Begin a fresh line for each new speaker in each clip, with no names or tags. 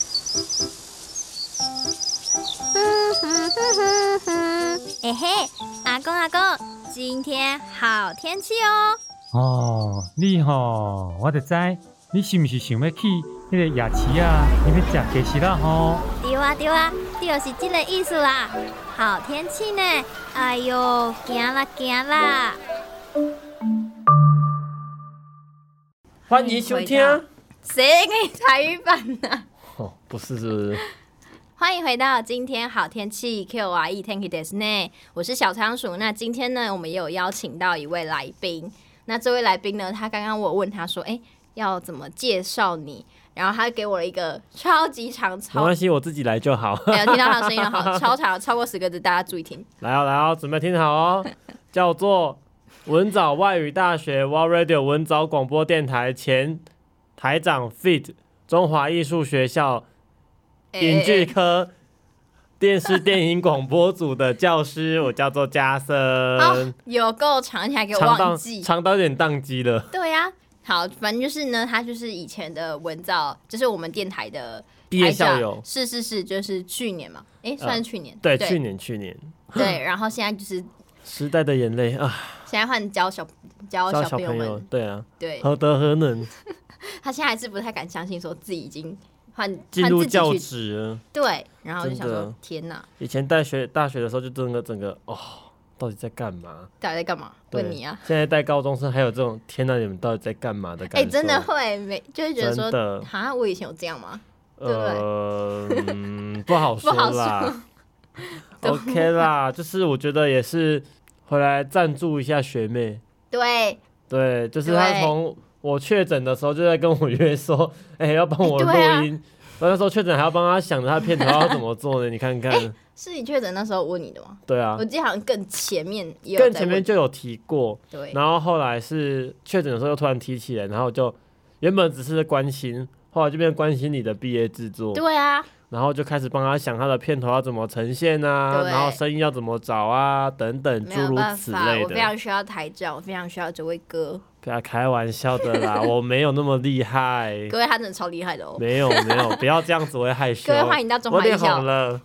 今天好天气哦。
哦，你吼、我就知，你是毋是想要去迄个夜市啊？你要食鸡翅啦吼？
对啊对啊，就是这个意思啦。好天气呢，哎哟，行啦行啦。
欢迎收听。
谁给你台语版呢、
哦，不是，是不是？
欢迎回到今天好天气 Q R E Thank you d e s n a y 我是小仓鼠。那今天呢，我们也有邀请到一位来宾。那这位来宾呢，他刚刚我有问他说，哎，要怎么介绍你？然后他给我了一个超级长、
没
超
关系，我自己来就好。
没有听到他的声音了，好，超长，超过十个字，大家注意听。
来哦，来哦，准备听好 哦。叫做文藻外语大学 Wow Radio 文藻广播电台前台长 Fit 中华艺术学校影剧科电视电影广播组的 教师，我叫做嘉
哎
森。
哎哎哦，有够长，而且还给我
长到
忘记。
长到有点宕机了。
对呀、好，反正就是呢，他就是以前的文藻，就是我们电台的
毕业
台长
校友，呃
是是是，就是去年嘛，哎、算是去年，
对，
对
去年去年
对， 然后现在就是
时代的眼泪啊，
现在换教小教
教
小
小
朋友
朋
们，
友，对啊，
对
何德何能
他现在还是不太敢相信，说自己已经换
进入
换
教
自己去
职了？
对，然后就想
真
说
的
天哪，
以前大学大学的时候就整个整个哦，到底在干嘛？
到底在干嘛？
对
问你啊，！
现在带高中生还有这种天呐，你们到底在干嘛的感
哎、
受？
真的，会没就会觉得
真
说，
的，
哈，我以前有这样吗？对不对
呃，嗯不好说
不好
啦。
对
OK 啦，就是我觉得也是回来赞助一下学妹，
对，
对，就是她
对
从我确诊的时候就在跟我约说， 哎、要帮我
哎
录
对啊
音。然后那时候确诊还要帮她想着她片头要怎么做呢？你看 看，
是你确诊那时候问你的吗？
对啊
哎我，记得好像更前面也有
更
在
前面
问
就有提过，
对，
然后后来是确诊的时候又突然提起来，然后就原本只是关心，后来就变关心你的毕业制作，
对啊，
然后就开始帮他想他的片头要怎么呈现啊，
对
然后声音要怎么找啊，等等
没
诸
有
如
办
此
法，
类
我非
的。
常需要台长，我非常需要这位哥，
不要开玩笑的 啦，我没有那么厉害，
各位他真的超厉害的哦。
没有没有，不要这样子，我会害羞
各。位欢迎到中
我
华艺
脸
校
红，了，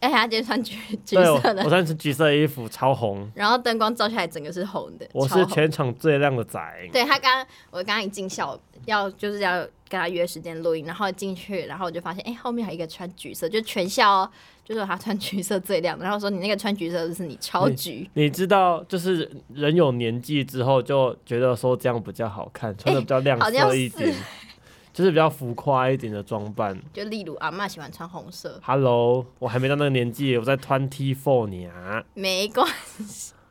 而且他今天穿橘橘
对，我
色
我
的，
穿橘色衣服，超红，
然后灯光照下来，整个是红的，
我
超
是
红。
全场最亮的仔。
对他刚，我刚刚一进校要就是要跟他约时间录音，然后进去，然后我就发现，哎、后面还有一个穿橘色，就全校、哦、就说他穿橘色最亮的，然后说你那个穿橘色的是你超橘，
你知道，就是人有年纪之后，就觉得说这样比较好看，穿的比较亮
好像
色
是
一点，就是比较浮夸一点的装扮。
就例如阿嬷喜欢穿红色，
Hello，我还没到那个年纪，我在 twenty four 年啊。
没关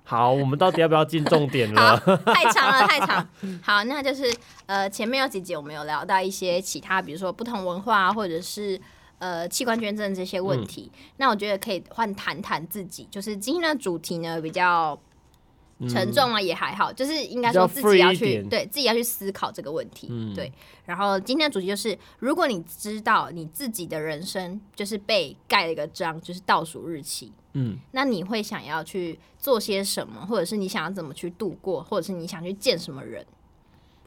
好，我们到底要不要进重点
好
了？，
太长了，太长。好，那就是呃，前面有几集我们有聊到一些其他，比如说不同文化啊或者是呃器官捐赠这些问题。那我觉得可以换谈谈自己，就是今天的主题呢比较沉重啊，也还好，就是应该说
比
自
较
己要
free 一
去
点
对自己要去思考这个问题。
嗯
对，然后今天的主题就是，如果你知道你自己的人生就是被盖了一个章，就是倒数日期，
嗯，
那你会想要去做些什么，或者是你想要怎么去度过，或者是你想去见什么人？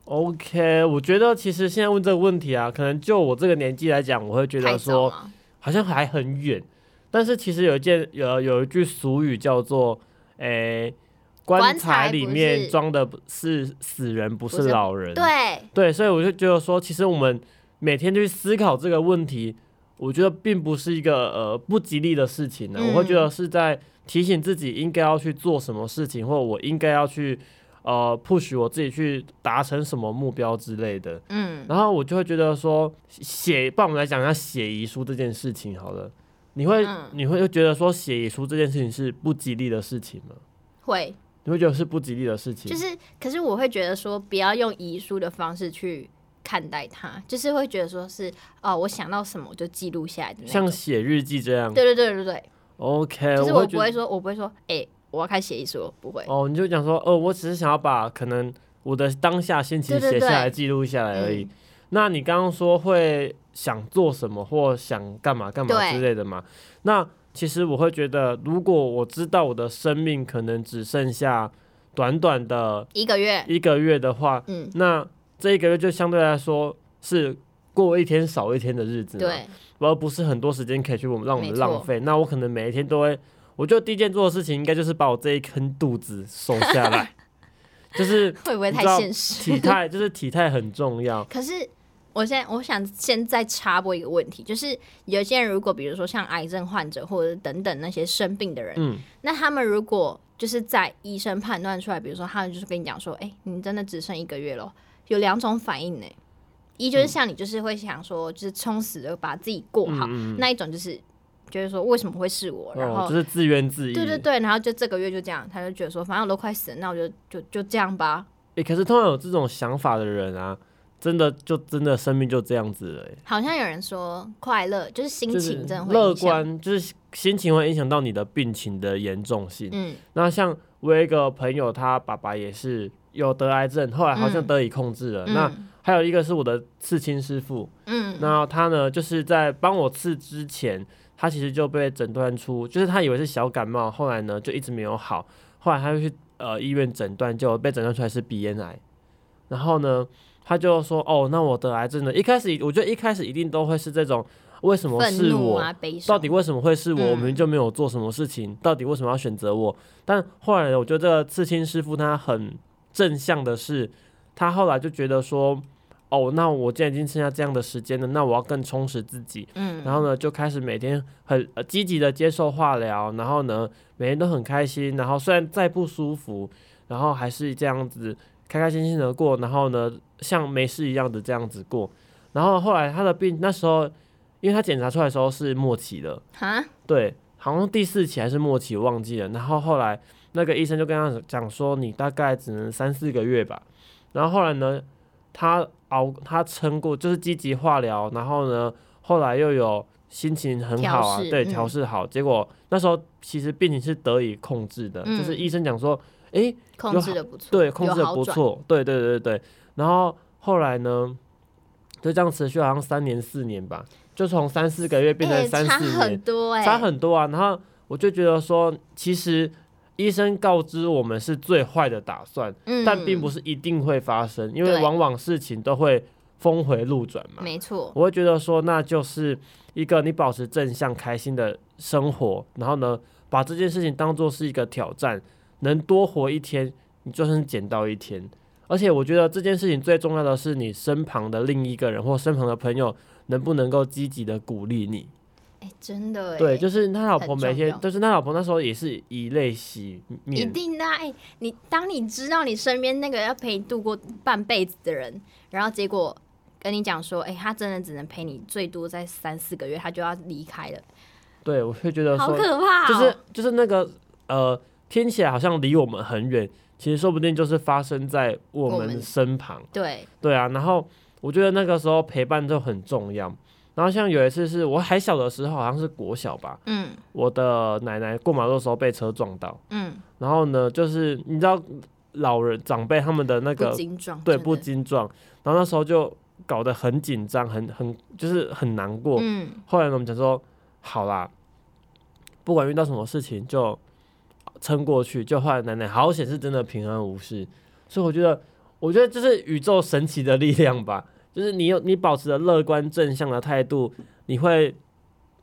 OK，我觉得其实现在问这个问题啊，可能就我这个年纪来讲，我会觉
太
得
早
说
吗？
好像还很远。但是其实有一件有有一句俗语叫做“诶、棺
棺材
材里
不
面
是
装的不是死人，不
不
是
是
老人”。
对，
对，所以我就觉得说，其实我们每天去思考这个问题，我觉得并不是一个呃不吉利的事情呢、
嗯
我会觉得是在提醒自己应该要去做什么事情，或者我应该要去呃 push 我自己去达成什么目标之类的。
嗯，
然后我就会觉得说，写，帮我们来讲一下写遗书这件事情好了。你会、
嗯
你会觉得说写遗书这件事情是不吉利的事情吗？
会，
你会觉得是不吉利的事情？
就是，可是我会觉得说，不要用遗书的方式去看待它，就是会觉得说是哦，我想到什么我就记录下来的那
像
种。
写日记这样。
对对对对对，
OK，
就是
呃我
我
会觉
不
得
会说，我不会说，哎、我要开始写遗书了，不会。
哦，你就讲说，呃，我只是想要把可能我的当下心情
对对
写
对
下来、记录下来而已。
嗯
那你刚刚说会想做什么或想干嘛干嘛
对
之类的嘛？那其实我会觉得，如果我知道我的生命可能只剩下短短的
一个月，
一个月的话，
嗯，
那这一个月就相对来说是过一天少一天的日子嘛，
对，
而不是很多时间可以去我们让我们
没错
浪费。那我可能每一天都会，我觉得第一件做的事情应该就是把我这一坑肚子松 下来，就是
会不会太
你知道
现实？
体态， 就是体态很重要。
可是我现在我想现在插播一个问题，就是有些人如果比如说像癌症患者或者等等那些生病的人，
嗯，
那他们如果就是在医生判断出来，比如说他们就是跟你讲说，哎、你真的只剩一个月了，有两种反应呢、一
嗯
就是像你就是会想说，就是充实的把自己过好，
嗯嗯嗯
那一种就是就是说为什么会是我，然后、
哦，就是自怨自艾。
对对对，然后就这个月就这样，他就觉得说，反正我都快死了，那我就就就这样吧。
诶可是通常有这种想法的人啊，真的就真的生命就这样子了、诶
好像有人说快乐就是心
就是
情真的会
乐
影响，
观，就是心情会影响到你的病情的严重性。
嗯，
那像我有一个朋友，他爸爸也是有得癌症，后来好像
嗯
得以控制了。
嗯
那还有一个是我的刺青师傅，
嗯
那他呢就是在帮我刺之前，他其实就被诊断出，就是他以为是小感冒，后来呢就一直没有好，后来他就去呃医院诊断，就被诊断出来是鼻咽癌。然后呢，他就说哦，那我得癌症了。一开始我觉得一开始一定都会是这种，为什么
愤
是
怒
我？
啊，悲伤，
到底为什么会是我？
嗯
我明明就没有做什么事情，到底为什么要选择我？但后来呢，我觉得这个刺青师傅他很正向的是，他后来就觉得说，哦，那我既然已经剩下这样的时间了，那我要更充实自己。
嗯，
然后呢，就开始每天很呃积极的接受化疗，然后呢，每天都很开心。然后虽然再不舒服，然后还是这样子开开心心的过，然后呢，像没事一样的这样子过。然后后来他的病那时候，因为他检查出来的时候是末期的，
哈，
对，好像第四期还是末期，我忘记了。然后后来那个医生就跟他讲说，你大概只能三四个月吧。然后后来呢，他熬他撑过，就是积极化疗，然后呢，后来又有心情很好啊
调，试
对，
嗯
调试好。结果那时候其实病情是得以控制的，
嗯
就是医生讲说，诶，
控制的不错，
对，
有
控制的
好
不
转，
错，对对对对对。然后后来呢，就这样持续好像三年四年吧，就从三四个月变成
哎，
三
差
四年，
很多哎，
差很多啊。然后我就觉得说，其实医生告知我们是最坏的打算，
嗯，
但并不是一定会发生，因为
对
往往事情都会峰回路转嘛。
没错，
我会觉得说，那就是一个你保持正向、开心的生活，然后呢，把这件事情当做是一个挑战，能多活一天，你就算是捡到一天。而且我觉得这件事情最重要的是，你身旁的另一个人或身旁的朋友能不能够积极的鼓励你。
哎，真的哎，
对，就是他老婆
很
每
重
天
要，
就是他老婆那时候也是以泪洗
一
面，
定的啊哎、你当你知道你身边那个要陪你度过半辈子的人，然后结果跟你讲说，哎、他真的只能陪你最多在三四个月，他就要离开了，
对我会觉得
好
说，
可怕、哦！
就是就是那个呃，听起来好像离我们很远，其实说不定就是发生在我
我
们
们
身旁，
对，
对啊。然后我觉得那个时候陪伴就很重要。然后像有一次是我还小的时候，好像是国小吧，
嗯
我的奶奶过马路的时候被车撞到，
嗯，
然后呢，就是你知道老人长辈他们的那个
不精壮，
对
真的
不精壮，然后那时候就搞得很紧张，很很就是很难过。
嗯
后来呢，我们讲说，好啦，不管遇到什么事情就撑过去。就后来奶奶好险是真的平安无事，所以我觉得，我觉得这是宇宙神奇的力量吧，就是你有你保持着乐观正向的态度，你会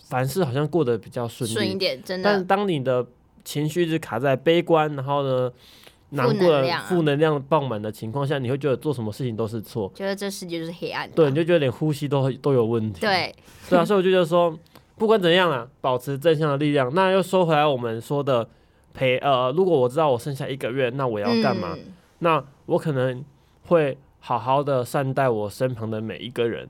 凡事好像过得比较顺利，
顺一点，真
但
的
当你的情绪一直卡在悲观，然后呢，难
负
过
能
的
量啊
负能量爆满的情况下，你会觉得做什么事情都是错，
觉得这世界就是黑暗的，
对，你就觉得连呼吸都都有问题。，
啊对，
啊，所以我就觉得说，不管怎样啊，保持正向的力量。那又说回来，我们说的陪呃，如果我知道我剩下一个月，那我要干嘛？
嗯
那我可能会好好的善待我身旁的每一个人。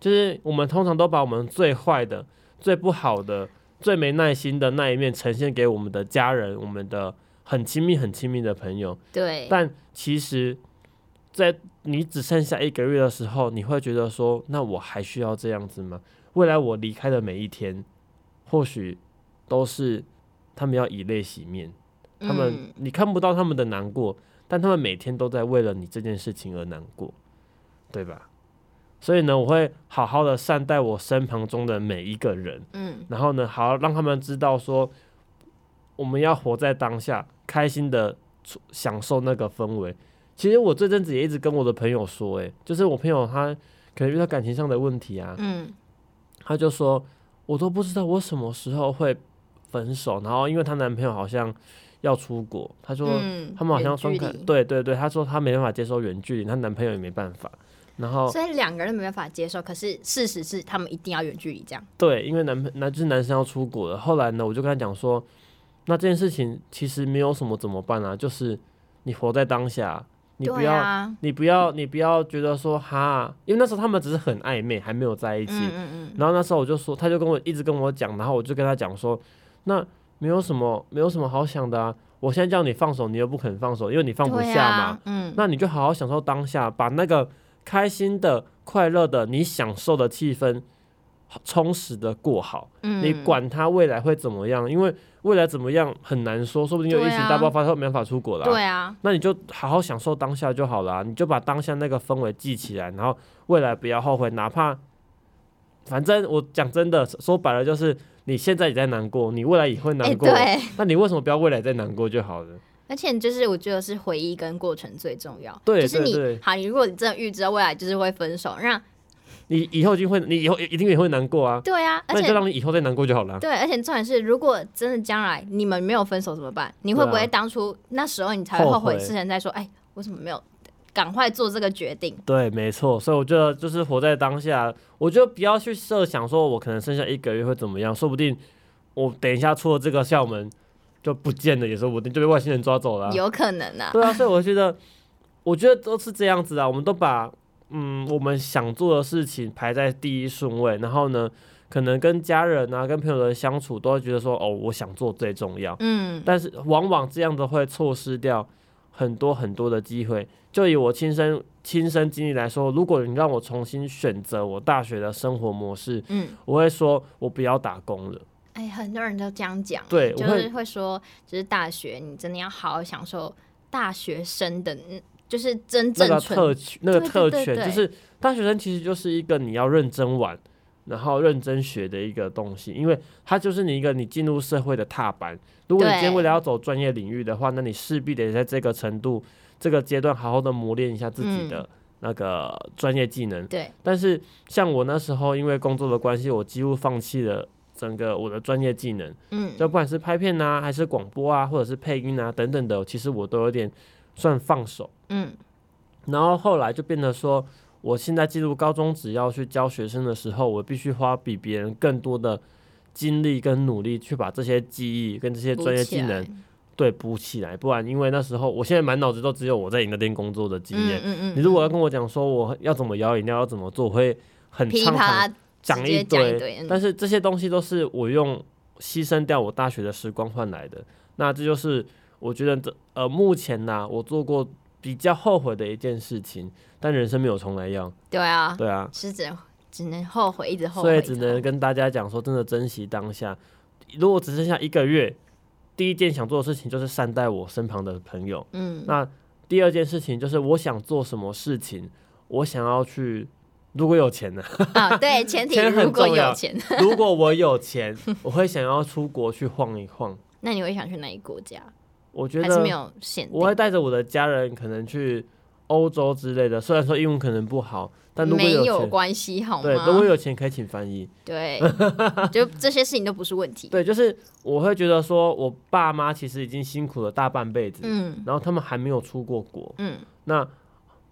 就是我们通常都把我们最坏的、最不好的、最没耐心的那一面呈现给我们的家人、我们的很亲密、很亲密的朋友。
对，
但其实，在你只剩下一个月的时候，你会觉得说：“那我还需要这样子吗？”未来我离开的每一天，或许都是他们要以泪洗面。他们、
嗯
你看不到他们的难过，但他们每天都在为了你这件事情而难过，对吧？所以呢，我会好好的善待我身旁中的每一个人，
嗯
然后呢，好好让他们知道说，我们要活在当下，开心的享受那个氛围。其实我这阵子也一直跟我的朋友说、欸，诶，就是我朋友他可能遇到感情上的问题啊，
嗯
他就说，我都不知道我什么时候会分手，然后因为她男朋友好像要出国，她说
嗯，
他们好像分
远距
开
离，
对对对，她说她没办法接受远距离，她男朋友也没办法。然后
所以两个人没办法接受。可是事实是，他们一定要远距离这样。
对，因为男朋那就是男生要出国了。后来呢，我就跟他讲说，那这件事情其实没有什么怎么办啊，就是你活在当下，你不
对
要、
啊，
你不要你不要觉得说哈，因为那时候他们只是很暧昧，还没有在一起。
嗯嗯嗯，
然后那时候我就说，他就跟我一直跟我讲，然后我就跟他讲说，那没有什么没有什么好想的啊，我现在叫你放手，你又不肯放手，因为你放不
对
下嘛。
啊，嗯，
那你就好好享受当下，把那个开心的、快乐的、你享受的气氛，充实的过好。
嗯
你管它未来会怎么样，因为未来怎么样很难说，说不定有疫
对
情
啊
大爆发，他没办法出国了、
对啊，
那你就好好享受当下就好了啊、你就把当下那个氛围记起来，然后未来不要后悔，哪怕反正我讲真的，说白了就是你现在也在难过，你未来也会
哎、
难过，
对，
那你为什么不要未来再难过就好了？
而且就是我觉得是回忆跟过程最重要。
对
就是
对对
你好，你如果你真的预知到未来就是会分手，那
你以后一定会，你以后一定也会难过啊。
对啊，而
那你就
且
让你以后再难过就好了。啊
对，而且重点是，如果真的将来你们没有分手怎么办？你会不
对
会
啊
当初、那时候你才会后
后悔
悔？事前再说，哎，为什么没有赶快做这个决定？
对，没错。所以我觉得就是活在当下，我觉得不要去设想说我可能剩下一个月会怎么样，说不定我等一下出了这个校门就不见了，也说不定就被外星人抓走了啊、
有可能啊，
对啊，所以我觉得，我觉得都是这样子啊，我们都把嗯我们想做的事情排在第一顺位，然后呢，可能跟家人啊、跟朋友的相处都会觉得说，哦，我想做最重要。
嗯，
但是往往这样的会错失掉很多很多的机会。就以我亲身亲身经历来说，如果你让我重新选择我大学的生活模式，
嗯，
我会说我不要打工了。
哎，很多人都这样讲，
对
就
我会
是会说，就是大学你真的要好好享受大学生的，嗯就是真
那
正
个
纯
特权，那个
对对
特
对
权
对
就是大学生其实就是一个你要认真玩，然后认真学的一个东西，因为它就是你一个你进入社会的踏板。如果你今天
对
为了要走专业领域的话，那你势必得在这个程度、这个阶段好好的磨练一下自己
嗯
的那个专业技能。
对，
但是像我那时候，因为工作的关系，我几乎放弃了整个我的专业技能，
嗯，
就不管是拍片啊，还是广播啊，或者是配音啊等等的，其实我都有点算放手。
嗯
然后后来就变得说，我现在进入高中，只要去教学生的时候，我必须花比别人更多的精力跟努力去把这些记忆跟这些
补
专业
起
技
来
能对补起来，不然因为那时候我现在满脑子都只有我在你那边工作的经验
嗯。嗯嗯，
你如果要跟我讲说我要怎么摇饮料，要怎么做，我会很
噼
畅
啪
谈
直
讲
接
一
讲
堆
一，堆，嗯
但是这些东西都是我用牺牲掉我大学的时光换来的。那这就是我觉得这呃，目前呢、我做过比较后悔的一件事情，但人生没有重来样。
对啊，
对啊，
是只能只能后悔，一直后悔
所
哦
以
着，
只能跟大家讲说，真的珍惜当下。如果只剩下一个月，第一件想做的事情就是善待我身旁的朋友。
嗯
那第二件事情就是我想做什么事情，我想要去，如果有钱呢、
啊，对，前提
钱很
如果
重要
有钱，
如果我有钱，我会想要出国去晃一晃。
那你会想去哪一个国家？
我觉
还是没
得
有限定？
我会带着我的家人，可能去欧洲之类的。虽然说英文可能不好，但如果
没有
钱，
关系好
对，如果
吗？
有钱可以请翻译。
对，就这些事情都不是问题。
对，就是我会觉得说，我爸妈其实已经辛苦了大半辈子，
嗯
然后他们还没有出过国。
嗯，
那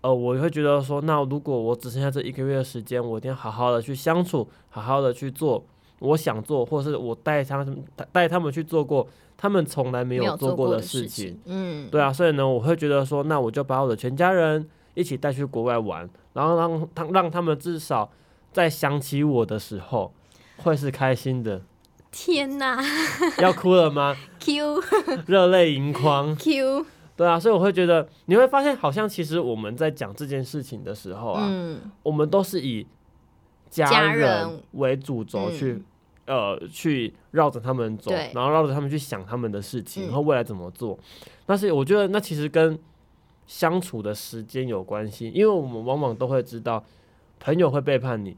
呃，我会觉得说，那如果我只剩下这一个月的时间，我一定要好好的去相处，好好的去做我想做，或是我带他们带他们去做过他们从来
没
没有
有
做
做
过
过
的
的
事情
情。。嗯，
对啊，所以呢，我会觉得说，那我就把我的全家人一起带去国外玩，然后让他让他们至少在想起我的时候会是开心的。
天哪
要哭了吗？
，Q
热泪盈眶。
Q，
对啊，所以我会觉得你会发现，好像其实我们在讲这件事情的时候啊，
嗯，
我们都是以家
家
人
人
为主轴
嗯
去、呃去绕着他们走
对，
然后绕着他们去想他们的事情，
嗯
然后未来怎么做。但是我觉得那其实跟相处的时间有关系，因为我们往往都会知道朋友会背叛你，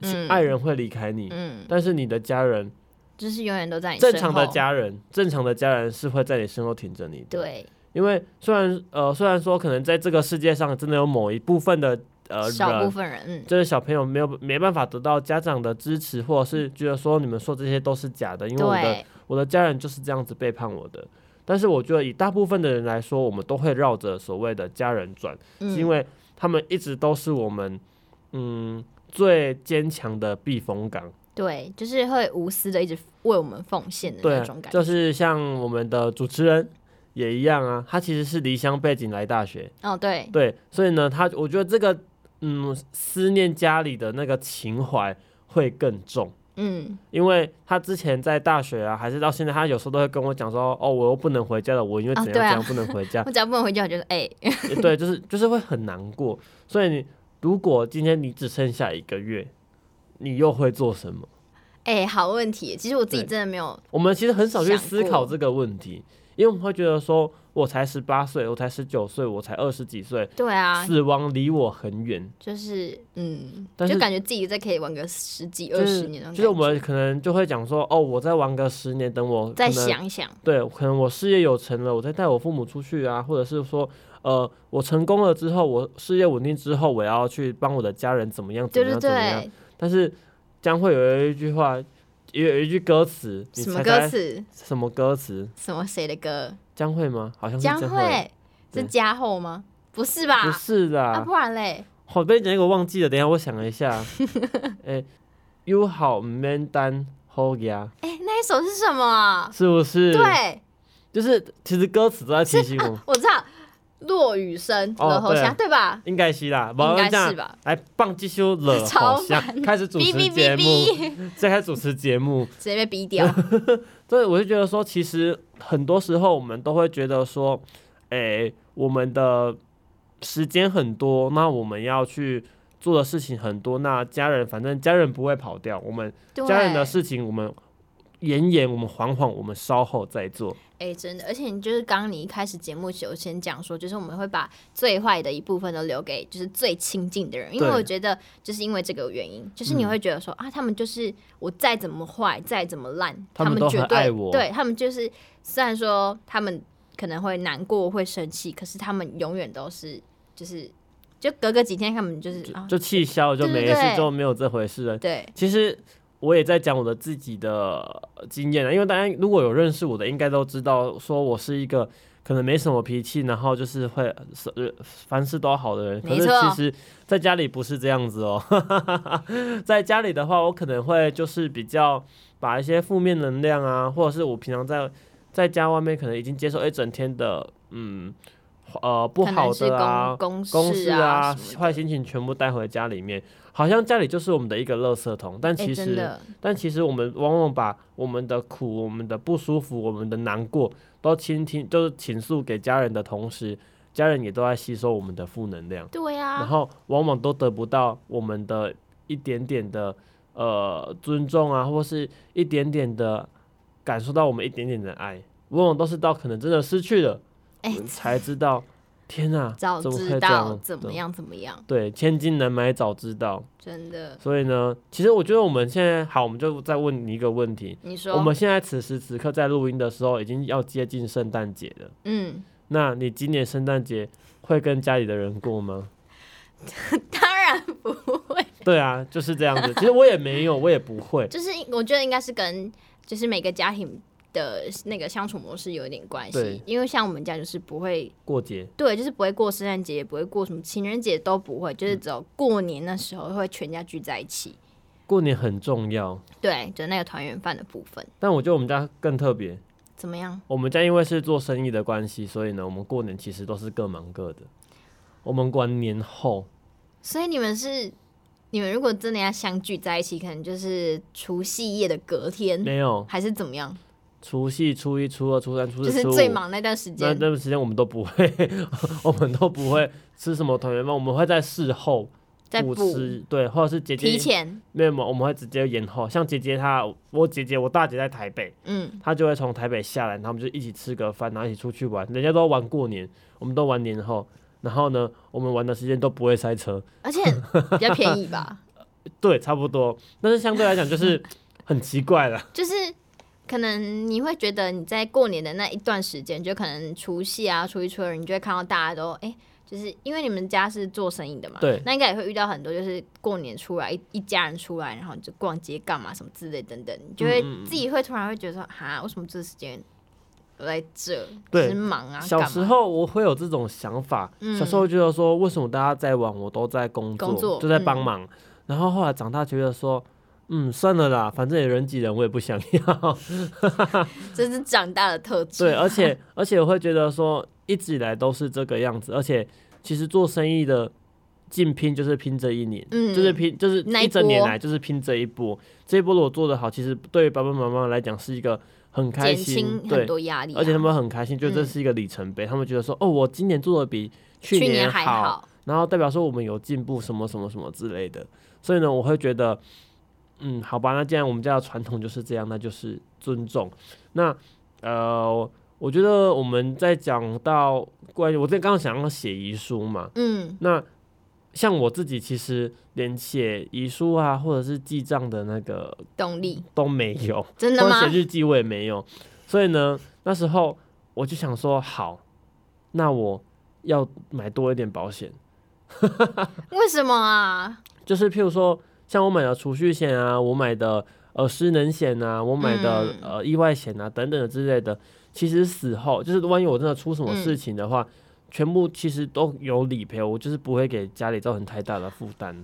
嗯
爱人会离开你。
嗯，
但是你的家人，
就是永远都在你
正
身
常的
后，
家人，正常的家人是会在你身后挺着你的。
对，
因为虽然呃虽然说可能在这个世界上真的有某一部分的呃
少部
人，
分人，嗯，
这些小朋友没有没办法得到家长的支持，或者是觉得说你们说这些都是假的，因为我的
嗯对，
我的家人就是这样子背叛我的。但是我觉得以大部分的人来说，我们都会绕着所谓的家人转，是因
嗯，
为他们一直都是我们嗯最坚强的避风港。
对，就是会无私的一直为我们奉献的
对
那种，感觉，
就是像我们的主持人也一样啊，他其实是离乡背景来大学，
哦，对，
对，所以呢，他我觉得这个嗯思念家里的那个情怀会更重。
嗯，
因为他之前在大学啊，还是到现在，他有时候都会跟我讲说，哦，我又不能回家了，我因为
啊
怎样怎
对啊
样不能回家，
我只要不能回家，我就说，哎，
也对，就是就是会很难过。所以你如果今天你只剩下一个月，你又会做什么？
哎，好问题，其实我自己
对
真的没有，
我们其实很少去
想
思
过
考这个问题，因为我们会觉得说，我才十八岁，我才十九岁，我才二十几岁，
对啊，
死亡离我很远。
就是，嗯，
但是
就感觉自己再可以玩个十几
就
二
是
十年那种
就是我
感觉，
们可能就会讲说，哦，我再玩个十年，等我
再
可能
想一想，
对，可能我事业有成了，我再带我父母出去啊，或者是说，呃，我成功了之后，我事业稳定之后，我要去帮我的家人怎么样怎
对
么
对
样怎么样。
对，
但是将会有一句话，有有一句歌词，你
什么
猜
歌
猜？
词？
什么歌词？
什么谁的歌？
将会吗？好像是
江
将会。
蕙是
对
加厚吗？不是吧？
不是
啊，
啦，
不然嘞，
我被你讲一个忘记了，等一下我想一下。 哎、y 好 man 单 hold 呀，
哎，那一首是什么啊？
是不是？，
对，
就是其实歌词都在提醒我，
我知道，落雨声，
哦
落后
对
虾，
啊
对吧？
应该是啦，
应
无
该
这样
是吧？
来棒击修 了，
超
好像开始主
哔
持
哔
节
哔
目，
哔，
再开始主持节目。
直接被逼 掉。
所以我就觉得说，其实很多时候我们都会觉得说，诶、我们的时间很多，那我们要去做的事情很多，那家人反正家人不会跑掉，我们
对，
家人的事情我们延延，我们缓缓，我们稍后再做。
哎、真的，而且你就是刚刚你一开始节目有先讲说，就是我们会把最坏的一部分都留给就是最亲近的人，因为
对
我觉得就是因为这个原因，就是你
嗯
会觉得说、啊，他们就是我再怎么坏，再怎么烂，
他
他
们都
绝
很
对
爱我
对他们就是虽然说他们可能会难过、会生气，可是他们永远都是就是就隔个几天，他们就是啊，
就气消，就
对
没
对
事，
对
就没有这回事了。
对
其实我也在讲我的自己的呃经验啊，因为大家如果有认识我的，应该都知道，说我是一个可能没什么脾气，然后就是会呃凡事都好的人。可
没
是
错
其实在家里不是这样子哦， 在家里的话，我可能会就是比较把一些负面能量啊，或者是我平常在在家外面可能已经接受一哎整天的嗯呃不
可
好
能是
的啊。
公
公
事
事啊，
什么
坏
的
心情全部带回家里面，好像家里就是我们的一个垃圾桶，但
哎、
其
真
实、
的
但其实我们往往把我们的苦、我们的不舒服、我们的难过都倾听，就是倾诉给家人的同时，家人也都在吸收我们的负能量，
对
然
啊，
后往往都得不到我们的一点点的呃尊重啊，或是一点点的感受到我们一点点的爱，往往都是到可能真的失去了，
哎、
我们才知道，天哪、
早
怎么
知
会这
道
样？啊
怎么？样怎么样，
对，千金难买早知道。
真的。
所以呢，其实我觉得我们现在好，我们就再问你一个问题。
你说
我们现在此时此刻在录音的时候，已经要接近圣诞节了。
嗯，
那你今年圣诞节会跟家里的人过吗？
当然不会，
对啊，就是这样子。其实我也没有，我也不会。
就是我觉得应该是跟就是每个家庭的那个相处模式有一点关
对
系，因为像我们家就是不会，
过节
对，就是不会过圣诞节，也不会过什么情人节都不会，
嗯
就是只有过年那时候会全家聚在一起，
过年很重要，
对，就那个团圆饭的部分，
但我觉得我们家更特别。
怎么样？
我们家因为是做生意的关系，所以呢，我们过年其实都是各忙各的。我们管年后，
所以你们是你们如果真的要相聚在一起，可能就是除夕夜的隔天，
没有
还是怎么样？
除夕、初一、初二、初三、初
就
四、
是
初五，
最忙那段时
那那
间，
段时间我们都不会， 我们都不会吃什么团圆饭，我们会在事后
在
不
补
吃，对，或者是姐姐
提前，
没有，我们会直接延后。像姐姐她，我姐姐我大姐在台北，
嗯，
她就会从台北下来，然后我们就一起吃个饭，然后一起出去玩。人家都玩过年，我们都玩年后。然后呢，我们玩的时间都不会塞车，
而且比较便宜 吧。
对，差不多。但是相对来讲，就是 很奇怪了。
就是可能你会觉得你在过年的那一段时间，就可能除夕啊、初一、初二，你就会看到大家都哎、诶就是因为你们家是做生意的嘛，
对
那应该也会遇到很多，就是过年出来一一家人出来，然后你就逛街干嘛什么之类等等，你就会
嗯嗯嗯
自己会突然会觉得说，哈，为什么这时间我在这，
对
只忙啊，
小
干
时
嘛
候我会有这种想法，
嗯
小时候觉得说为什么大家在玩，我都在工作，
工作嗯
就在帮忙。然后后来长大觉得说，嗯，算了啦，反正也人挤人，我也不想要。
这是长大的特质，
对，啊 而且而且我会觉得说，一直以来都是这个样子。而且其实做生意的竞拼就是拼这一年，
嗯
就是拼就是
那一
一整年
波
来就是拼这一波。这一波如果做得好，其实对于爸爸妈妈来讲是一个很开
减
心，
轻
对
很，多压力啊、
而且他们很开心，就这
嗯
是一个里程碑。他们觉得说，哦，我今年做的比去
去
年
还
好，，然后代表说我们有进步，什么什么什么之类的。所以呢，我会觉得，嗯，好吧，那既然我们家的传统就是这样，那就是尊重。那呃，我觉得我们在讲到关于我在刚刚想要写遗书嘛，
嗯
那像我自己其实连写遗书啊，或者是记账的那个
动力
都没有。
真的
或者
吗？
写日记我也没有，所以呢，那时候我就想说，好，那我要买多一点保险，
为什么啊？
就是譬如说，像我买的储蓄险啊，我买的呃失能险啊，我买的、
嗯
呃意外险啊等等的之类的，其实死后就是万一我真的出什么事情的话，
嗯
全部其实都有理赔，我就是不会给家里造成太大的负担。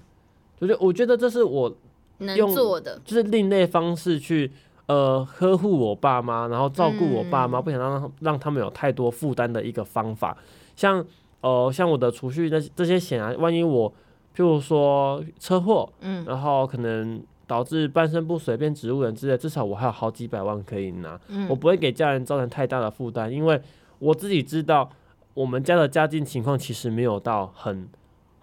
就是我觉得这是我
能
用
做的，
就是另类方式去呃呵护我爸妈，然后照顾我爸妈，
嗯
不想让让他们有太多负担的一个方法。像呃像我的储蓄那这些险啊，万一我譬如说车祸，
嗯
然后可能导致半身不遂变植物人之类，至少我还有好几百万可以拿，
嗯，
我不会给家人造成太大的负担，因为我自己知道我们家的家境情况其实没有到很。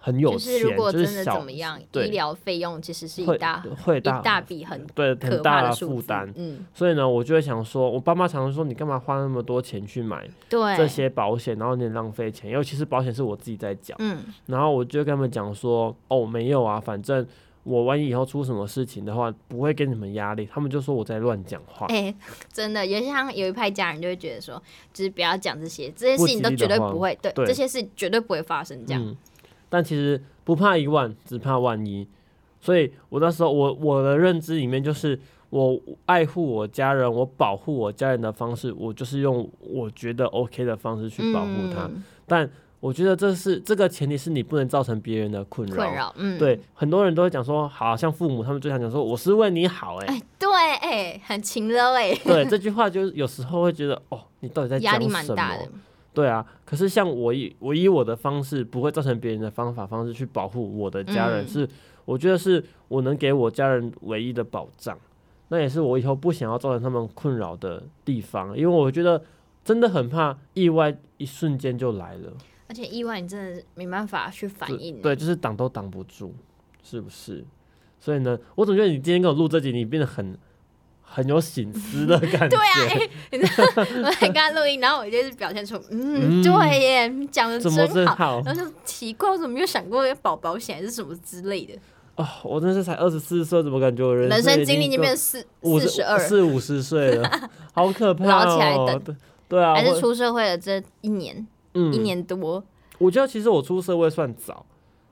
很有
就
钱，
是如果
就
真
是
的
小
怎么样，
对
医疗费用其实是
会
一大
会
一
大
大笔很
对
可
很
怕
大
的
的
数
负
字
担，
嗯，
所以呢，我就会想说，我爸妈常常说，你干嘛花那么多钱去买
对，
这，些保险，然后你很浪费钱，尤其是保险是我自己在缴，
嗯
然后我就跟他们讲说，哦，没有啊，反正我万一以后出什么事情的话，不会给你们压力，他们就说我在乱讲话，
哎、真的，有些像有一派家人就会觉得说，就是不要讲这些，这些
不
事情
吉
都
利
绝
的
对
话
不会，对，
对
这些事绝对不会发生这样。
嗯，但其实不怕一万，只怕万一，所以我那时候我我的认知里面就是。我爱护我家人，我保护我家人的方式，我就是用我觉得 OK 的方式去保护他。
嗯
但我觉得这是这个前提是你不能造成别人的困扰。
困扰，嗯，
对，很多人都会讲说，好啊像父母他们最常讲说，我是为你好、欸，哎，
对，哎、很勤劳，哎，
对，这句话就是有时候会觉得，哦，你到底在讲
压力蛮
什
大
么
的？，
对啊，可是像我以我以我的方式，不会造成别人的方法方式去保护我的家人，
嗯
是我觉得是我能给我家人唯一的保障，那也是我以后不想要造成他们困扰的地方，因为我觉得真的很怕意外，一瞬间就来了。
而且意外你真的没办法去反
对
应，
对，就是挡都挡不住，是不是？所以呢，我总觉得你今天跟我录这集，你变得很很有醒思的 感觉。
对啊，哎、你知道 我在跟他录音，然后我就是表现出，嗯，
嗯
对耶，你讲的
怎么真
好，
好
然后就奇怪，我怎么没有想过要保保险还是什么之类的？
哦！我真是才二十四岁，怎么感觉我人
人
生
生
已
经历已经变成
过
四
五
四十二，
四五十岁 了，好可怕
老起来
哦！
等
对对啊，
还
我
是出社会的这一年、
嗯
一年多，
我觉得其实我出社会算早，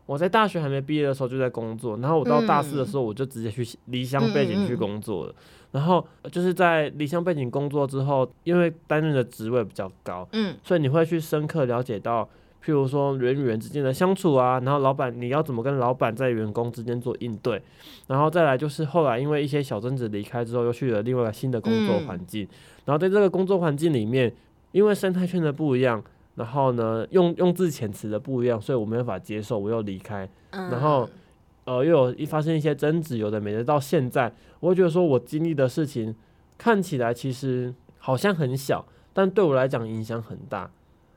我在大学还没毕业的时候就在工作，然后我到大四的时候我就直接去离乡背景去工作了。然后呃就是在离乡背景工作之后，因为担任的职位比较高，
嗯，
所以你会去深刻了解到，譬如说人与人之间的相处啊，然后老板你要怎么跟老板在员工之间做应对，然后再来就是后来因为一些小争执离开之后，又去了另外一个新的工作环境，然后在这个工作环境里面，因为生态圈的不一样。然后呢，用用字遣词的不一样，所以我没办法接受，我又离开，
嗯
然后呃，又有一发生一些争执，有的没的，到现在，我会觉得说我经历的事情看起来其实好像很小，但对我来讲影响很大。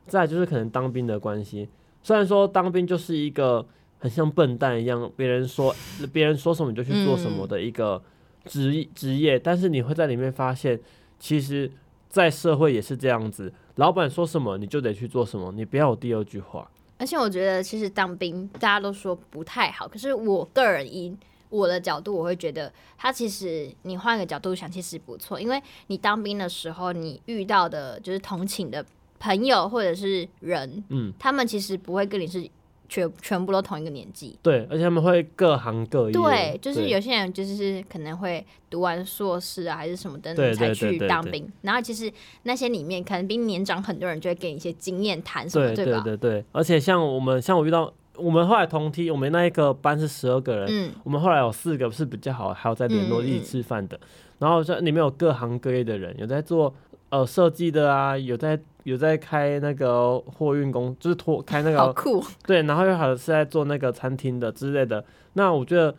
再来就是可能当兵的关系，虽然说当兵就是一个很像笨蛋一样，别人说别人说什么你就去做
嗯
什么的一个职职业，但是你会在里面发现，其实，在社会也是这样子，老板说什么你就得去做什么，你不要有第二句话。
而且我觉得其实当兵大家都说不太好，可是我个人以我的角度，我会觉得他其实你换个角度想，其实不错，因为你当兵的时候，你遇到的就是同寝的朋友或者是人，
嗯，
他们其实不会跟你是全全部都同一个年纪。
对，而且他们会各行各业，
对，就是
对
有些人就是可能会读完硕士啊，还是什么等
对
等才
对对
去
对
当
对
兵。然后其实那些里面可能比你年长很多人就会给你一些经验谈什么，
对对
吧？
对对，而且像我们像我遇到我们后来同梯，我们那一个班是十二个人，
嗯，
我们后来有四个是比较好，还有在联络
嗯嗯
一起吃饭的。然后像里面有各行各业的人，有在做呃设计的啊，有在有在开那个货运公，就是拖开那
好
个
酷，
对，哦然后又好像是在做那个餐厅的之类的。那我觉得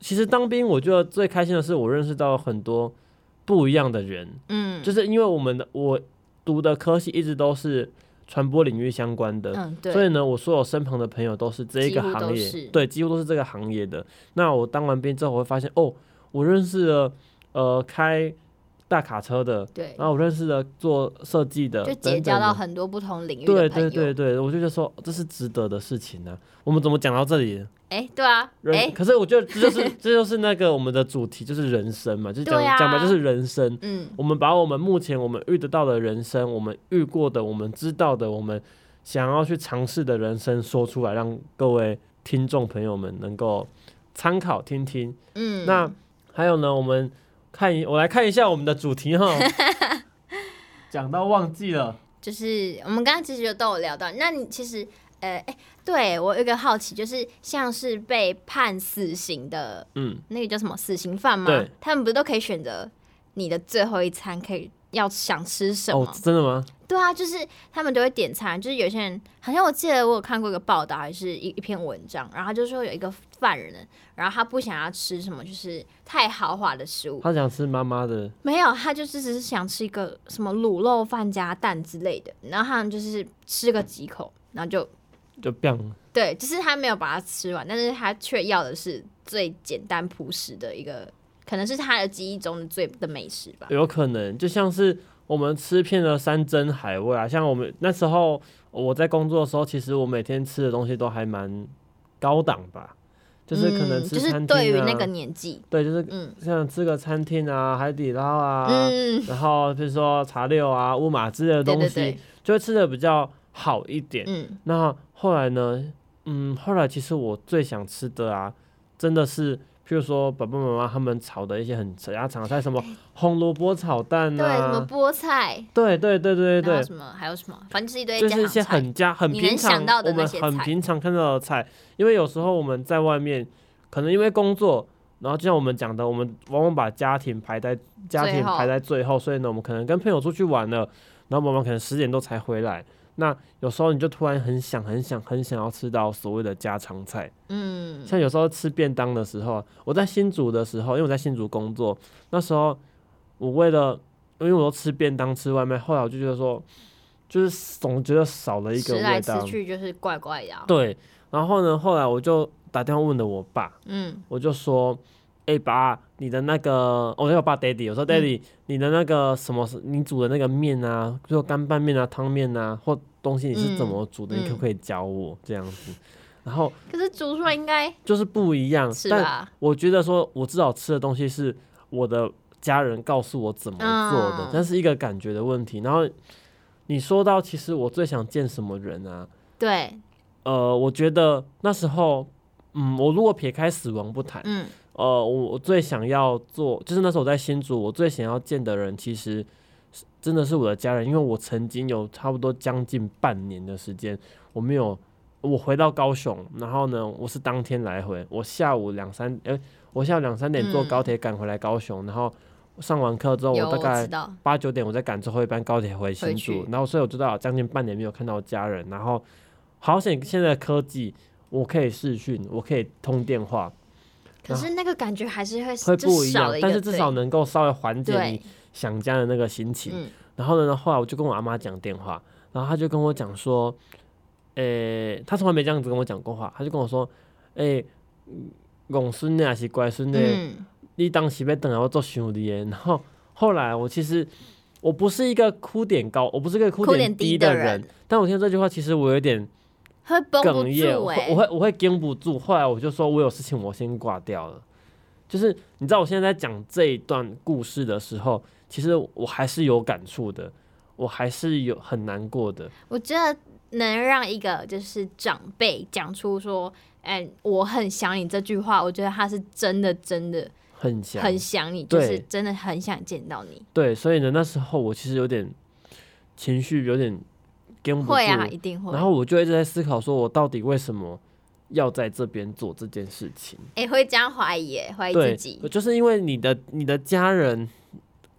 其实当兵，我觉得最开心的是我认识到很多不一样的人，
嗯，
就是因为我们的我读的科系一直都是传播领域相关的，
嗯，对，
所以呢，我所有身旁的朋友都是这一个
几乎都
行
是
业，对，几乎都是这个行业的。那我当完兵之后，我会发现，哦，我认识了呃开大卡车的，
对，
然后我认识了做设计的，
就
等
结
等
交到
的
很多不同领域
对
的朋
对
友。
对对，我就觉得说哦这是值得的事情呢、啊我们怎么讲到这里？
哎，对啊，
人，
哎，
可是我觉得这就是这就是那个我们的主题，就是人生嘛，就是讲
对啊
讲白就是人生。
嗯，
我们把我们目前我们遇得到的人生，我们遇过的，我们知道的，我们想要去尝试的人生说出来，让各位听众朋友们能够参考听听。
嗯，
那还有呢，我们看一，我来看一下我们的主题哈，讲到忘记了，
就是我们刚刚其实有都有聊到，那你其实呃，哎，对我有一个好奇，就是像是被判死刑的
嗯，
那个叫什么死刑犯吗
对？
他们不是都可以选择你的最后一餐可以要想吃什么？
哦，真的吗？
对啊，就是他们都会点餐，就是有些人好像我记得我有看过一个报道，还是一一篇文章，然后他就说有一个犯人，然后他不想要吃什么，就是太豪华的食物，
他想吃妈妈的，
没有，他就是只是想吃一个什么卤肉饭加蛋之类的，然后他们就是吃个几口，然后就
就 biang，
对，就是他没有把它吃完，但是他却要的是最简单朴实的一个，可能是他的记忆中的最的美食吧。
有可能就像是我们吃遍了山珍海味啊，像我们那时候我在工作的时候，其实我每天吃的东西都还蛮高档吧，就是可能
嗯
吃
就是
餐厅啊，
对于那个年纪，
对就是
嗯
像吃个餐厅啊、海底捞啊，
嗯，
然后比如说茶六啊、乌马之类的
对
东
对
西，
对，
就会吃的比较好一点。
嗯
那后来呢？嗯，后来其实我最想吃的啊，真的是，譬如说爸爸妈妈他们炒的一些很家常菜，什么红萝卜炒蛋
对，什么
啊，
菠菜，
对对对对
然
对
后什么还有什么，反正就是一堆
就
家
是一
常
些
菜。
很家很
你
平
能
常
想到的
我们
那些
很
菜
平常看到的菜，因为有时候我们在外面，可能因为工作，然后就像我们讲的，我们往往把家庭排在家
最
庭
后
排在最后，所以呢，我们可能跟朋友出去玩了，然后我们可能十点多才回来。那有时候你就突然很想、很想、很想要吃到所谓的家常菜，
嗯，
像有时候吃便当的时候，啊我在新竹的时候，因为我在新竹工作，那时候我为了因为我都吃便当吃外卖，后来我就觉得说，就是总觉得少了一个
吃来
味
吃
道。
去就是怪怪的啊。
对，然后呢，后来我就打电话问了我爸，
嗯
我就说，哎、爸，你的那个，哦我叫我爸 daddy，我说
嗯
daddy，、你的那个什么，你煮的那个面啊，就干拌面啊、汤面啊，或东西你是怎
嗯
么煮的，你可
嗯
不可以教我这样子？然后
可是煮出来应该
就是不一样，
是
嗯但
吧？
我觉得说，我至少吃的东西是我的家人告诉我怎么做的
嗯，
但是一个感觉的问题。然后你说到，其实我最想见什么人啊？
对，
呃，我觉得那时候，嗯，我如果撇开死亡不谈，
嗯
呃，我我最想要做，就是那时候我在新竹，我最想要见的人，其实是真的是我的家人，因为我曾经有差不多将近半年的时间，我没有，我回到高雄，然后呢，我是当天来回，我下午两三，哎、我下午两三点坐
嗯
高铁赶回来高雄，然后上完课之后，
有
我大
我
概
知道，
八九点我在赶最后一班高铁回新
回
竹
去，
然后所以我知道将近半年没有看到家人，然后好险现在的科技，我可以视讯，我可以通电话。
可是那个感觉还是会
啊会
就
不一
少
样
了，一个
但是至少能够稍微缓解
对
你想家的那个心情。
嗯
然后呢，后来我就跟我阿妈讲电话，然后她就跟我讲说，诶、她从来没这样子跟我讲过话，她就跟我说，诶、戆孙呢还是乖孙呢？
嗯
你当时要等来我做想你的。然后后来我其实我不是一个哭点高，我不是一个哭
哭
点
点低
的
的
人，
人
但我听到这句话，其实我有点
会绷不
哽咽，
住
我
哎、
会我会我会盯不住。后来我就说我有事情，我先挂掉了。就是你知道我现在在讲这一段故事的时候，其实我还是有感触的。我还是有很难过的。
我觉得能让一个就是长辈讲出说，哎、我很想你这句话，我觉得他是真的真的
很想
很想你，就是
对
真的很想见到你。
对，所以呢，那时候我其实有点情绪，有点跟不住，
会啊，一定会。
然后我就一直在思考，说我到底为什么要在这边做这件事情？
哎、会这样怀疑耶，怀疑自
对
己，。
就是因为你的你的家人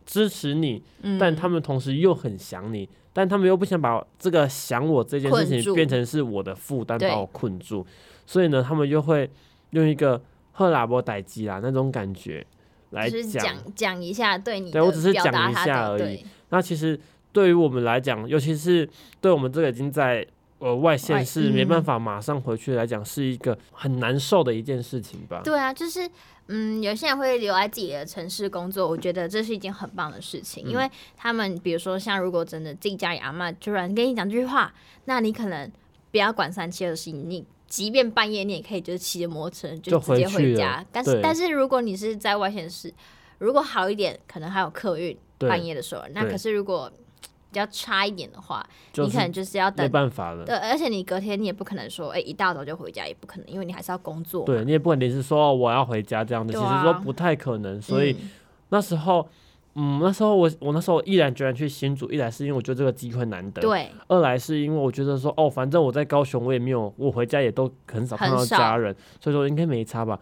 支持你，
嗯，
但他们同时又很想你，但他们又不想把这个想我这件事
困住
情变成是我的负担，
对
把我困住，所以呢，他们就会用一个赫拉伯逮鸡啦那种感觉来
就是
讲。
讲讲一下对你
对
的
我只是
表达
讲一
他
下
的
而已
对
那其实对于我们来讲，尤其是对我们这个已经在呃外县市
外
没办
嗯
法马上回去来讲，是一个很难受的一件事情吧。
对啊，就是嗯，有些人会留在自己的城市工作，我觉得这是一件很棒的事情，因
嗯
为他们比如说像如果真的自己家里阿嬷突然跟你讲这句话，那你可能不要管三七二十一，你即便半夜你也可以就是骑着摩托车
就
直接
回去
回
了
家，但是
对
但是如果你是在外县市，如果好一点，可能还有客运
对，
半夜的时候，那
对
可是如果比较差一点的话，
就
你可能
是
就是要
没
等。
办法了。
对，而且你隔天你也不可能说，哎、一大早就回家，也不可能，因为你还是要工作嘛。
对你也不能临时说哦我要回家这样的，
对
其实说
啊
不太可能。所以
嗯
那时候，嗯，那时候我我那时候毅然决然去新竹，一来是因为我觉得这个机会难得，
对，
二来是因为我觉得说，哦，反正我在高雄，我也没有，我回家也都很少看到
很少
家人，所以说应该没差吧？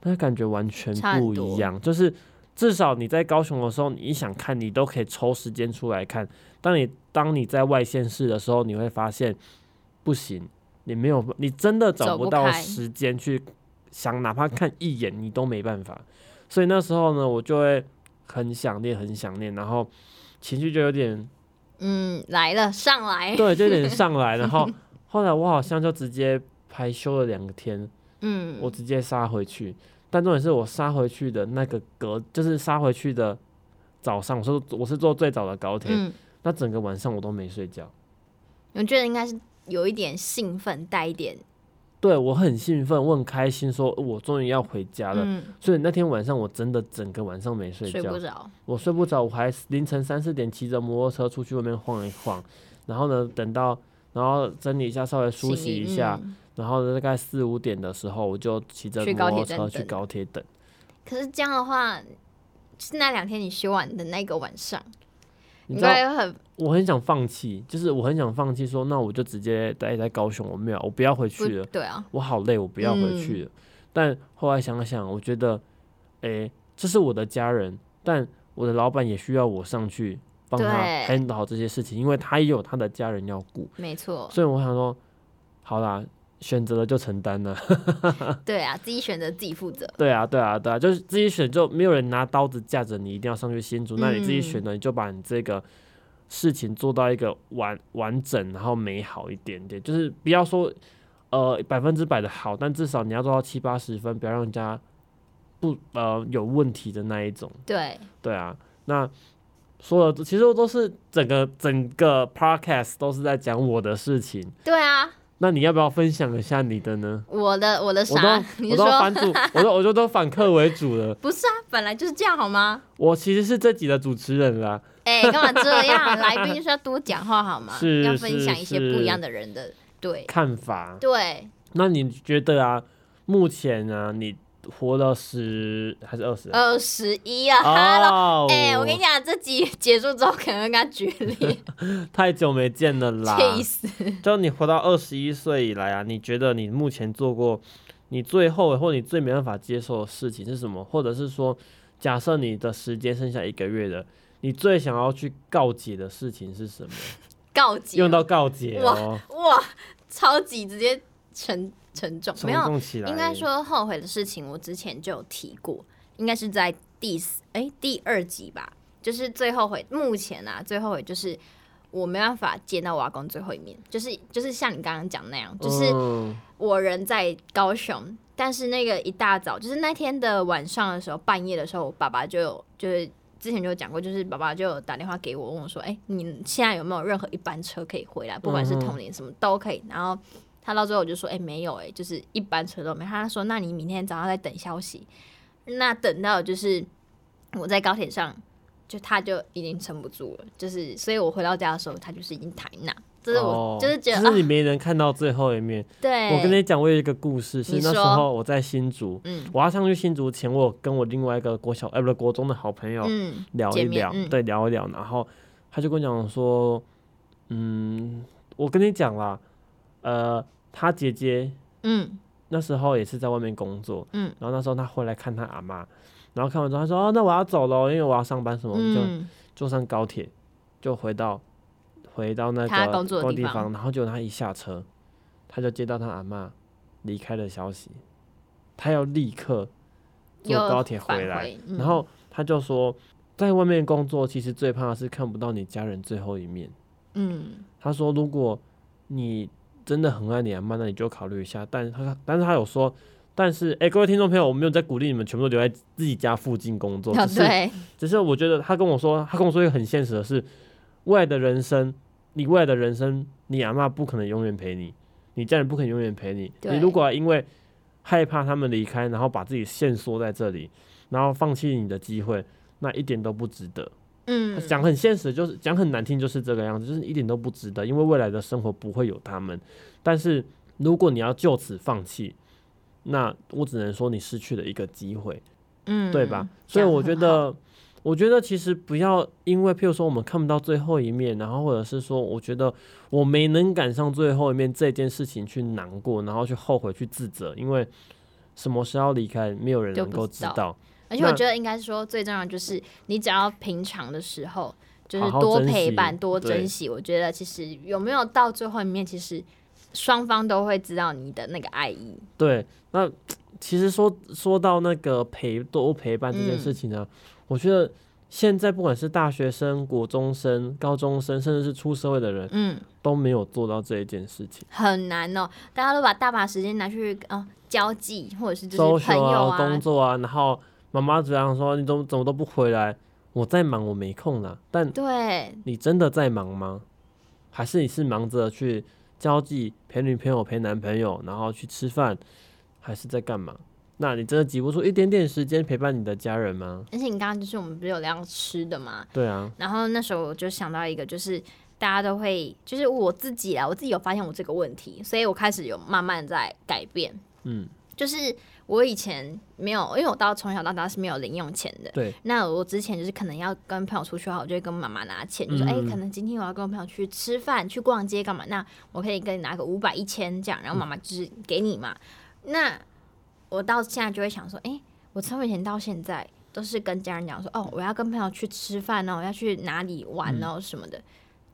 但感觉完全
差很
不一
多
样，就是至少你在高雄的时候，你想看你都可以抽时间出来看。当你当你在外县市的时候，你会发现不行，你没有，你真的找
走不
不到
开
时间去想，哪怕看一眼你都没办法。所以那时候呢，我就会很想念，很想念，然后情绪就有点
嗯，来了，上来，
对，就有点上来，然后后来我好像就直接排休了两天，
嗯，
我直接杀回去。但重点是我杀回去的那个隔，就是杀回去的早上，我说我是坐最早的高铁，
嗯，
那整个晚上我都没睡觉。
我觉得应该是有一点兴奋，带一点，
对我很兴奋，我很开心说我终于要回家了。
嗯，
所以那天晚上我真的整个晚上没睡
睡
觉，
不着，
我睡不着，我还凌晨三四点骑着摩托车出去外面晃一晃，然后呢，等到然后整理一下，稍微梳
心
洗
里
一下，
嗯
然后大概四五点的时候，我就骑着
去
摩
高铁
托车
站
去
等
高铁等。
可是这样的话，是那两天你休完的那个晚上，你
你
应
知道，
该很
我很想放弃，就是我很想放弃，说那我就直接待在高雄，我没有，我不要回
不
去了，
对啊，
我好累，我不要回去了。
嗯
但后来想想，我觉得，诶、这是我的家人，但我的老板也需要我上去帮他
对
handle 好这些事情，因为他也有他的家人要顾。
没 错，
所以我想说，好啦，选择了就承担了。
对啊，自己选择自己负责，
对啊，对啊，对啊，就是自己选，就没有人拿刀子架着你，一定要上去新竹。那你自己
嗯
选的，你就把你这个事情做到一个完完整，然后美好一点点。就是不要说呃百分之百的好，但至少你要做到七八十分，不要让人家不呃有问题的那一种。
对，
对啊，那说了，其实我都是整个整个 podcast 都是在讲我的事情。
对啊，
那你要不要分享一下你的呢？
我的我的
我
啥
都，
你是
我都
说
反主，我都我就都反客为主了。
不是啊，本来就是这样好吗？
我其实是这集的主持人啦，
哎、干嘛这样？来宾就是要多讲话好吗？
是
要分
是
享一些
是
不一样的人的，对
看法。
对，
那你觉得啊，目前啊，你活了十还是二十、
二十一啊哈喽。
哦，
哎、我跟你讲，这集结束之后可能会跟他决裂，
太久没见了 啦。
气死！
就你活到二十一岁以来啊，你觉得你目前做过你最后或你最没办法接受的事情是什么？或者是说，假设你的时间剩下一个月了，你最想要去告解的事情是什么？
告急
用到告解哦，
哇，超级直接沉沉重，
冲
没有，
动起来。哦
应该说后悔的事情，我之前就有提过，应该是在第四哎、第二集吧，就是最后悔，目前啊最后悔就是我没办法见到我阿公最后一面，就是就是像你刚刚讲那样，就是。
嗯
我人在高雄，但是那个一大早，就是那天的晚上的时候，半夜的时候，我爸爸就有就是之前就有讲过，就是爸爸就有打电话给我，问我说：“哎、你现在有没有任何一班车可以回来？不管是
嗯哼
统联什么都可以。”然后他到最后我就说：“哎、没有、哎，就是一班车都没。”他说：“那你明天早上再等消息。”那等到就是我在高铁上。就他就已经撑不住了，就是所以我回到家的时候，他就是已经台南，这是我、
哦
就是觉得
就是
啊，
你没人看到最后一面。
对，
我跟你讲，我有一个故事，是
你
那时
说
候我在新竹，
嗯
我要上去新竹前，我有跟我另外一个国小，哎、不是国中的好朋友
嗯
聊一
见面
聊，
嗯
对，聊一聊，然后他就跟我讲说，嗯，我跟你讲啦，呃，他姐姐
嗯
那时候也是在外面工作，
嗯，
然后那时候他回来看他阿妈，然后看完之后他说，哦，那我要走了，因为我要上班什么，我们就
嗯，
坐上高铁，就回到回到那个
他工作的地
地
方
然后结果他一下车，他就接到他阿妈离开的消息，他要立刻坐
又
高铁回
返
来，
回嗯
然后他就说，在外面工作其实最怕的是看不到你家人最后一面。
嗯
他说，如果你真的很爱你阿妈，那你就考虑一下。但他但是他有说。但是，哎、各位听众朋友，我没有在鼓励你们全部都留在自己家附近工作，
哦
只是
对，
只是我觉得他跟我说，他跟我说一个很现实的是，未来的人生，你未来的人生，你阿嬷不可能永远陪你，你家人不可能永远陪你。
对
你如果因为害怕他们离开，然后把自己限缩在这里，然后放弃你的机会，那一点都不值得。
嗯
讲很现实，就是讲很难听，就是这个样子，就是一点都不值得，因为未来的生活不会有他们。但是如果你要就此放弃，那我只能说你失去了一个机会。
嗯
对吧？所以
讲得
我觉
很
得，我觉得其实不要因为，譬如说我们看不到最后一面，然后或者是说，我觉得我没能赶上最后一面这件事情去难过，然后去后悔、去自责，因为什么时候离开，没有人
就
能
不
够
知
知
道
道。
而且我
那
觉得应该说最重要的就是，你只要平常的时候，就是
好好
多
珍
陪
惜
伴、多珍
对
惜。我觉得其实有没有到最后一面，其实双方都会知道你的那个爱意。
对，那其实说说到那个陪多陪伴这件
嗯
事情呢、我觉得现在不管是大学生、国中生、高中生，甚至是出社会的人，
嗯，
都没有做到这一件事情。
很难哦，大家都把大把时间拿去呃交际，或者是就
周
是朋
休
友
啊、工作啊，然后妈妈嘴上说你怎么怎么都不回来，我在忙，我没空啦。但
对，
你真的在忙吗？还是你是忙着去交际、陪女朋友、陪男朋友，然后去吃饭，还是在干嘛？那你真的挤不出一点点时间陪伴你的家人吗？
而且你刚刚就是我们不是有聊吃的嘛，
对啊，
然后那时候我就想到一个，就是大家都会，就是我自己啦，我自己有发现我这个问题，所以我开始有慢慢在改变。
嗯，
就是我以前没有，因为我到从小到大是没有零用钱的。
对，
那我之前就是可能要跟朋友出去的话，我就会跟妈妈拿钱，就说
嗯
哎、可能今天我要跟我朋友去吃饭、去逛街干嘛？那我可以跟你拿个五百、一千这样，然后妈妈就是给你嘛。那我到现在就会想说，哎、我从以前到现在都是跟家人讲说，哦，我要跟朋友去吃饭哦，我要去哪里玩哦什么的，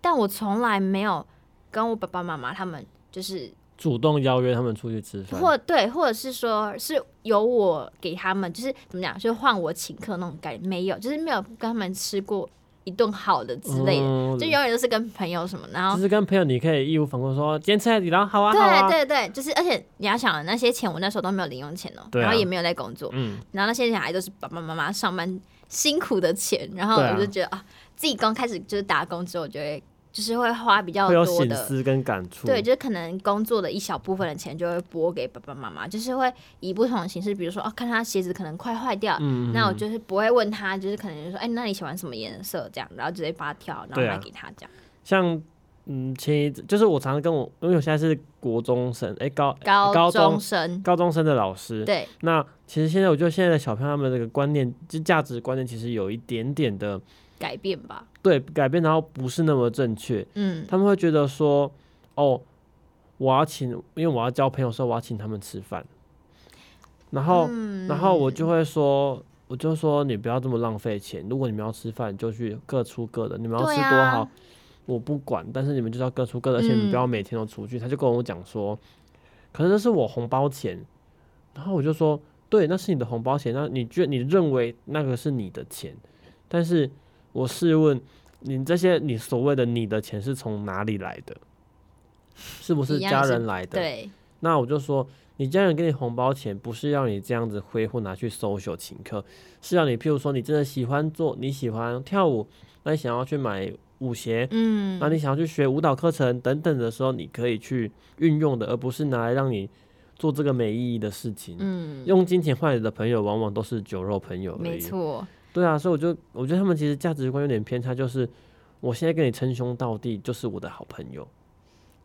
但我从来没有跟我爸爸妈妈他们就是
主动邀约他们出去吃饭，
或对，或者是说是由我给他们，就是怎么讲，就是换我请客那种感觉，没有，就是没有跟他们吃过一顿好的之类的，
嗯
就永远都是跟朋友什么，然后
只。是跟朋友，你可以义无反顾说今天吃海底捞，好啊，好
对
啊，
对对，就是，而且你要想，那些钱我那时候都没有零用钱哦、
对啊
然后也没有在工作，
嗯，
然后那些钱还都是爸爸妈妈上班辛苦的钱，然后
对啊
我就觉得啊自己刚开始就是打工之后，我觉得就是会花比较
会有
多
醒
的，
思跟感触，
对，就是可能工作的一小部分的钱就会拨给爸爸妈妈，就是会以不同的形式，比如说哦，看他鞋子可能快坏掉，
嗯，嗯，
那我
嗯
就是不会问他，就是可能就说，哎、那你喜欢什么颜色这样，然后直接帮他挑，然后
对啊
买给他这样。
像嗯前一阵就是我常常跟我，因为我现在是国中生，哎、高
高中
中
生，
高中生的老师，
对，
那其实现在我觉得现在的小朋友他们这个观念，就价值观念其实有一点点的
改变吧，
对改变，然后不是那么正确，
嗯，
他们会觉得说，哦，我要请，因为我要交朋友的时候，我要请他们吃饭，然后、
嗯
然后我就会说。我就说你不要这么浪费钱，如果你们要吃饭，就去各出各的，你们要
对
吃
啊
多好，我不管，但是你们就是要各出各的，而且你
嗯
不要每天都出去。他就跟我讲说，可是这是我红包钱，然后我就说，对，那是你的红包钱，那你觉你认为那个是你的钱，但是我试问你这些你所谓的你的钱是从哪里来的？是不是
一样
家
是
人来的？
对，
那我就说，你家人给你红包钱，不是让你这样子挥霍拿去 social 请客，是让你，譬如说你真的喜欢做，你喜欢跳舞，那你想要去买舞鞋，
嗯，
那你想要去学舞蹈课程等等的时候，你可以去运用的，而不是拿来让你做这个没意义的事情。
嗯，
用金钱换你的朋友，往往都是酒肉朋友而已。
没错，
对啊，所以我就我觉得他们其实价值观有点偏差，就是我现在跟你称兄道弟，就是我的好朋友。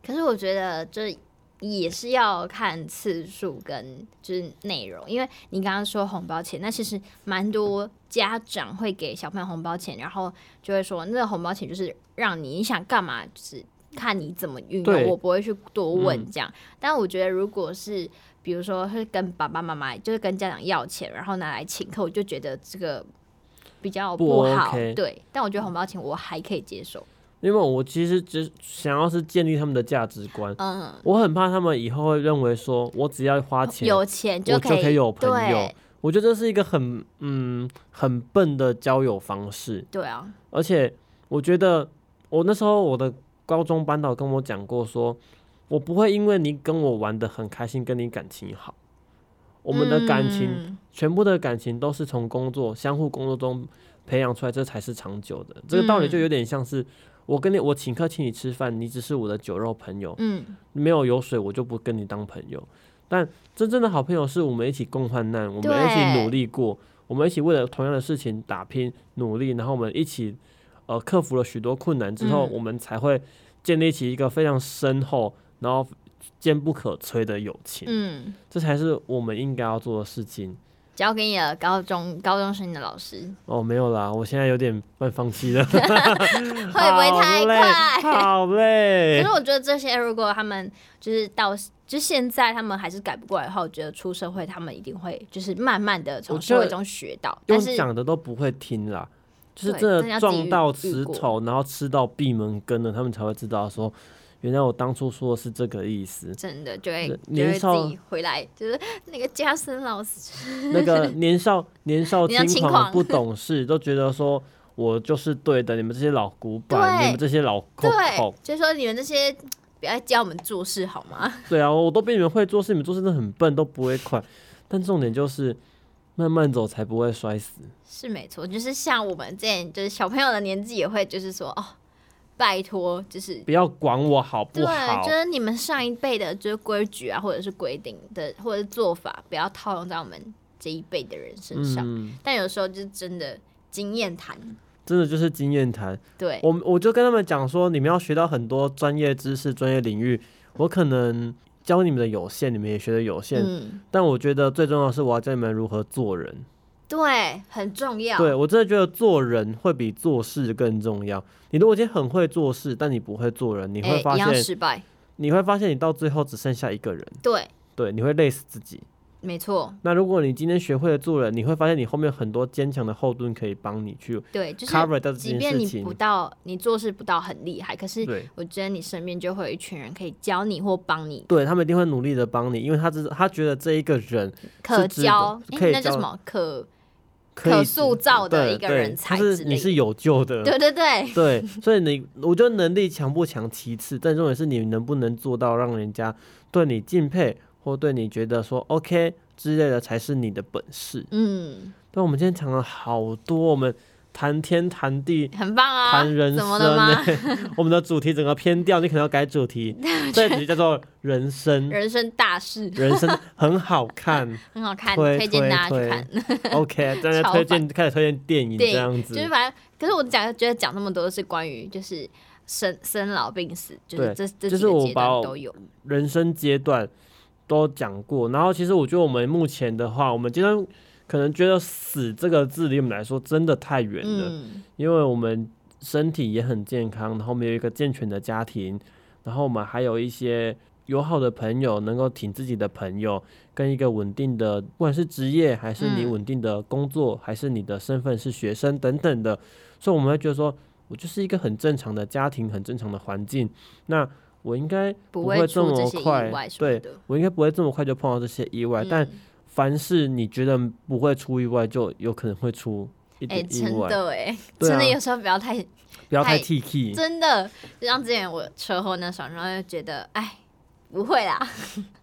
可是我觉得这也是要看次数跟就是内容，因为你刚刚说红包钱，那其实蛮多家长会给小朋友红包钱，然后就会说那个红包钱就是让你你想干嘛，就是看你怎么运
对
用，我不会去多问
嗯
这样。但我觉得如果是比如说会跟爸爸妈妈，就是跟家长要钱，然后拿来请客，我就觉得这个比较
不
好。
OK
对，但我觉得红包钱我还可以接受。
因为我其实只想要是建立他们的价值观，
嗯，
我很怕他们以后会认为说我只要花钱，
哦有钱
我
可以
就可以有朋友
对。
我觉得这是一个很嗯很笨的交友方式。
对啊，
而且我觉得我那时候我的高中班导跟我讲过说，我不会因为你跟我玩的很开心，跟你感情好，我们的感情、
嗯
全部的感情都是从工作相互工作中培养出来，这才是长久的。这个道理就有点像是。我跟你，我请客请你吃饭，你只是我的酒肉朋友，
嗯，
没有油水我就不跟你当朋友。但真正的好朋友是我们一起共患难，我们一起
对
努力过，我们一起为了同样的事情打拼努力，然后我们一起呃克服了许多困难之后，
嗯
我们才会建立起一个非常深厚，然后坚不可摧的友情。
嗯，
这才是我们应该要做的事情。
交给你的高中高中生的老师，
哦，没有啦，我现在有点半放弃了，会 嗯
会不会太 快？
好
可
累
是，我觉得这些，如果他们就是到就现在他们还是改不过来的话，我觉得出社会他们一定会就是慢慢的
我
从
觉得
社会中学到。但
用
是
讲的都不会听啦，就是
对
真
真的
的
要自己
撞
遇
到
遇
石
过。
头，然后吃到闭门羹了，他们才会知道说，原来我当初说的是这个意思
真的就会
对
就
年
会
少
自己回来，就是那个加森老师，
那个年少年少
年少
轻
轻
狂
狂
不懂事，都觉得说我就是对的，你们这些老古板，
对
你们这些老扣扣
对，，就说你们这些不要教我们做事好吗？
对啊，我都比你们会做事，你们做事真的很笨，都不会快。但重点就是慢慢走才不会摔死。
是没错，就是像我们这样，就是小朋友的年纪也会，就是说哦，拜托，就是
不要管我好不好
对，就，是你们上一辈的，就是规矩啊，或者是规定的，或者是做法，不要套用在我们这一辈的人身上。
嗯，
但有时候就是真的经验谈，
真的就是经验谈。
对，
我我就跟他们讲说，你们要学到很多专业知识、专业领域，我可能教你们的有限，你们也学的有限，
嗯，
但我觉得最重要的是我要教你们如何做人。
对，很重要，
对我真的觉得做人会比做事更重要。你如果今天很会做事，但你不会做人，你
哎，
会发
一样
现、
失败，
你会发现你到最后只剩下一个人，
对，
对，你会累死自己。
没错，
那如果你今天学会了做人，你会发现你后面很多坚强的后盾可以帮你去
对，就是
cover 掉这
即
件
便
事
你
情
不。到，你做事不到很厉害，可是
对，
我觉得你身边就会有一群人可以教你或帮你，
对他们一定会努力的帮你，因为他知他觉得这一个人
可
值得
教，哎、
可以
那叫
教
什么可
可以
可
指
塑造的
对
一个
对
人才
就是
之
你
类
是有救的，
对对对，
对所以你我觉得能力强不强其次，但重点是你能不能做到让人家对你敬佩或对你觉得说 OK 之类的才是你的本事。
嗯，
但我们今天讲了好多，我们谈天谈地。
很棒啊，
谈人
怎
生、
么了吗？
欸 我们的主题整个偏掉，你可能要改主题。 这一集叫做人生，
人生大事
人生很好看。
很好 看，
推
推荐大家去看。
OK，大 家
超
推荐开始推荐电影这
对，
样子，
就是反正，可是我讲觉得讲那么多是关于就是生生老病死，就是这这
对就
几
是
个
我
阶
把我
段都有。
人生阶段都讲过。然后其实我觉得我们目前的话，我们今天可能觉得“死”这个字离我们来说真的太远了，
嗯，
因为我们身体也很健康，然后我们有一个健全的家庭，然后我们还有一些。友好的朋友，能够挺自己的朋友，跟一个稳定的，不管是职业还是你
嗯
稳定的工作，还是你的身份是学生等等的，所以我们会觉得说，我就是一个很正常的家庭，很正常的环境，那我应该
不
会
会
这
出
么
这些意
快
外什么
对
的。
我应该不会这么快就碰到这些意外，
嗯
但凡是你觉得不会出意外，就有可能会出一
哎，
点意
真
外，
的哎，
对
真
啊
的有时候不 要太
不要太
太
T K。
真的，就像之前我车祸那时候，然后就觉得哎，不会啦，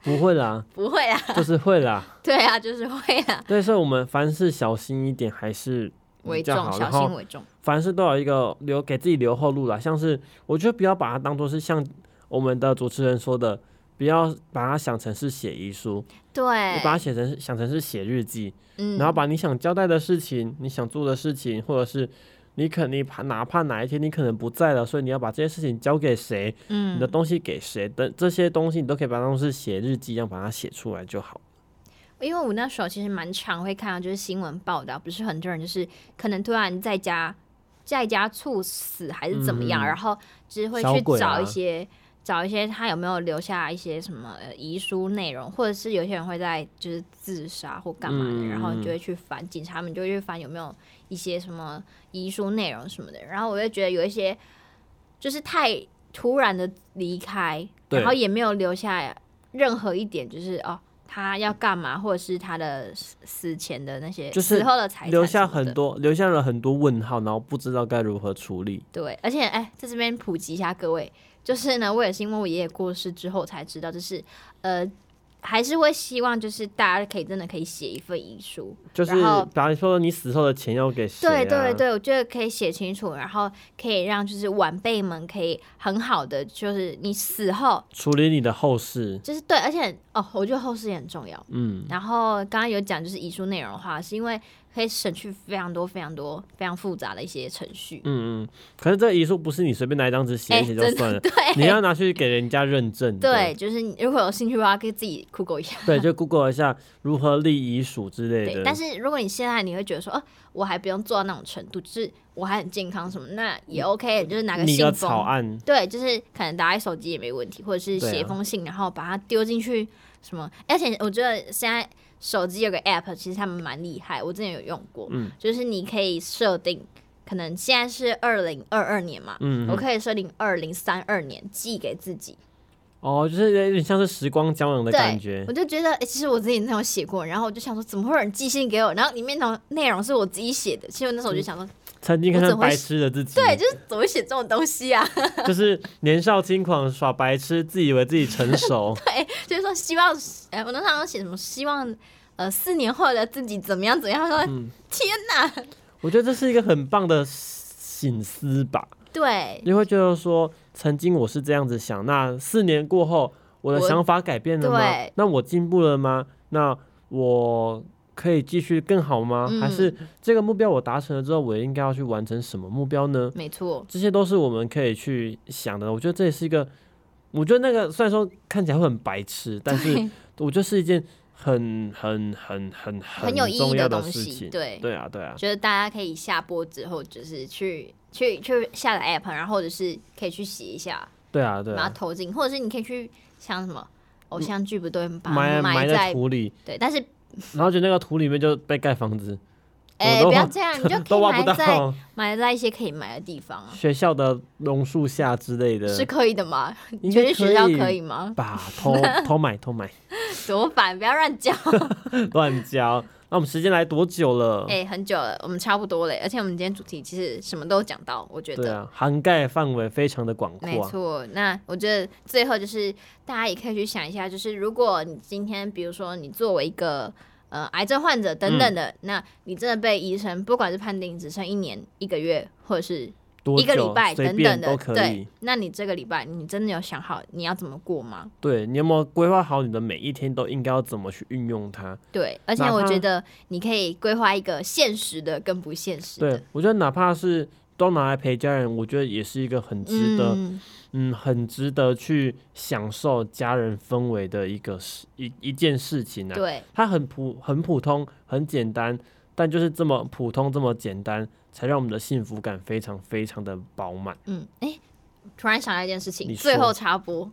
不会啦，
不会啦，
就是会啦。
对啊，就是会啦，
对，所以我们凡事小心一点还是比
为
较
重，
嗯好。
小
然
心
后
为重。
凡事都有一个留给自己留后路啦，像是我觉得不要把它当做是像我们的主持人说的，不要把它想成是写遗书，
对
你，把它写成想成是写日记，
嗯
然后把你想交代的事情、你想做的事情，或者是你肯定怕哪怕哪一天你可能不在了，所以你要把这些事情交给谁，你的
嗯，
东西给谁等这些东西，你都可以把它当是写日记一样把它写出来就好。
因为我那时候其实蛮常会看到，就是新闻报道，不是很多人就是可能突然在家在家猝死还是怎么样，
嗯
然后就是会
小
去
鬼啊
找一些。找一些他有没有留下一些什么呃遗书内容，或者是有些人会在就是自杀或干嘛的，
嗯
然后就会去翻，警察们就会去翻有没有一些什么遗书内容什么的。然后我就觉得有一些就是太突然的离开，
对
然后也没有留下任何一点，就是哦，他要干嘛，或者是他的死死前的那些，
就是
死后的财产，
留下很。多，留下了很多问号，然后不知道该如何处理。
对，而且哎，在这边普及一下各位，就是呢，我也是因为我爷爷过世之后才知道，就是呃，还是会希望就是大家可以真的可以写一份遗书，
就是
然后，
比方说你死后的钱要给谁、啊？
对对，对，我觉得可以写清楚，然后可以让就是晚辈们可以很好的，就是你死后
处理你的后事。
就是对，而且哦，我觉得后事也很重要。
嗯，
然后刚刚有讲就是遗书内容的话，是因为可以省去非常多、非常多、非常复杂的一些程序。
嗯嗯，可是这个遗书不是你随便拿一张纸写
哎
一写就
真
算
的
了，
对
你要拿去给人家认证的。
对，就是你如果有兴趣的话，可以自己 Google 一下。
对，就 Google 一下如何立遗属之类
对，
的。
但是如果你现在你会觉得说，哦、我还不用做到那种程度，就是我还很健康什么，那也 OK，就是拿个
拟
信
个嗯草
封，
案，
对，就是可能打在手机也没问题，或者是
对啊
写一封信，然后把它丢进去什么。而且我觉得现在手机有个 App，其实他们蛮厉害，我之前有用过，
嗯
就是你可以设定，可能现在是二零二二年嘛，
嗯，
我
嗯
可以设定二零三二年寄给自己，
哦，就是有点像是时光胶囊的
对
感觉
我。就觉得、诶其实我自己那有写过，然后我就想说，怎么会有人寄信给我？然后里面的内容是我自己写的，其实我那时候我就想说，
曾经看
我
看
怎么会
白痴的自己，
对，就是怎么会写这种东西啊？
就是年少轻狂耍白痴，自以为自己 成熟。
就是说希望，哎、我那时候写什么希望。呃，四年后的自己怎么样怎么样？他说、
嗯
天哪，
我觉得这是一个很棒的醒思吧。
对
你会觉得说，曾经我是这样子想，那四年过后，我的
我
想法改变了吗
对？
那我进步了吗？那我可以继续更好吗？
嗯
还是这个目标我达成了之后，我应该要去完成什么目标呢？
没错，
这些都是我们可以去想的。我觉得这也是一个，我觉得那个虽然说看起来会很白痴，但是我觉得是一件很很很很
很有意
重
义
要
东
事
西。
情。
对，
对啊，对啊，
觉得大家可以下播之后，就是去去去下载 app，然后或者是可以去写一下，
对啊，嗯对
把它
啊，
投进，或者是你可以去像什么偶像剧不对，把它
埋埋在
在
土里，
对，但是
然后就那个土里面就被盖房子。
哎、
我都
不 要
忘
这样，你就可
都
以
挖不
埋在
到
埋在一些可以埋的地方啊，
学校的榕树下之类的，
是可以的吗？你
应
觉
该
得学校可以吗？
吧？偷偷买偷买，
多烦，不要乱讲。
乱交。那我们时间来多久了？
哎、很久了，我们差不多了，而且我们今天主题其实什么都讲到，我觉
对
得。
啊，涵盖范围非常的广
没
阔啊。
错，那我觉得最后就是大家也可以去想一下，就是如果你今天，比如说你作为一个呃癌症患者等
嗯
等的，那你真的被医生不管是判定只剩一年、一个月，或者是
多
一个
久
礼拜
随
等
便
等的
都，可
对
以。，
那你这个礼拜你真的有想好你要怎么过吗？
对你有没有规划好你的每一天都应该要怎么去运用它？
对，而且
哪
我
怕
觉得你可以规划一个现实的跟不现实的
对，我觉得哪怕是都拿来陪家人，我觉得也是一个很值得，
嗯，
嗯很值得去享受家人氛围的一个事一一件事情啊。
对，
它很普很普通很简单，但就是这么普通这么简单，才让我们的幸福感非常非常的饱满。
嗯，哎，突然想到一件事情，
你
最后
说
插播，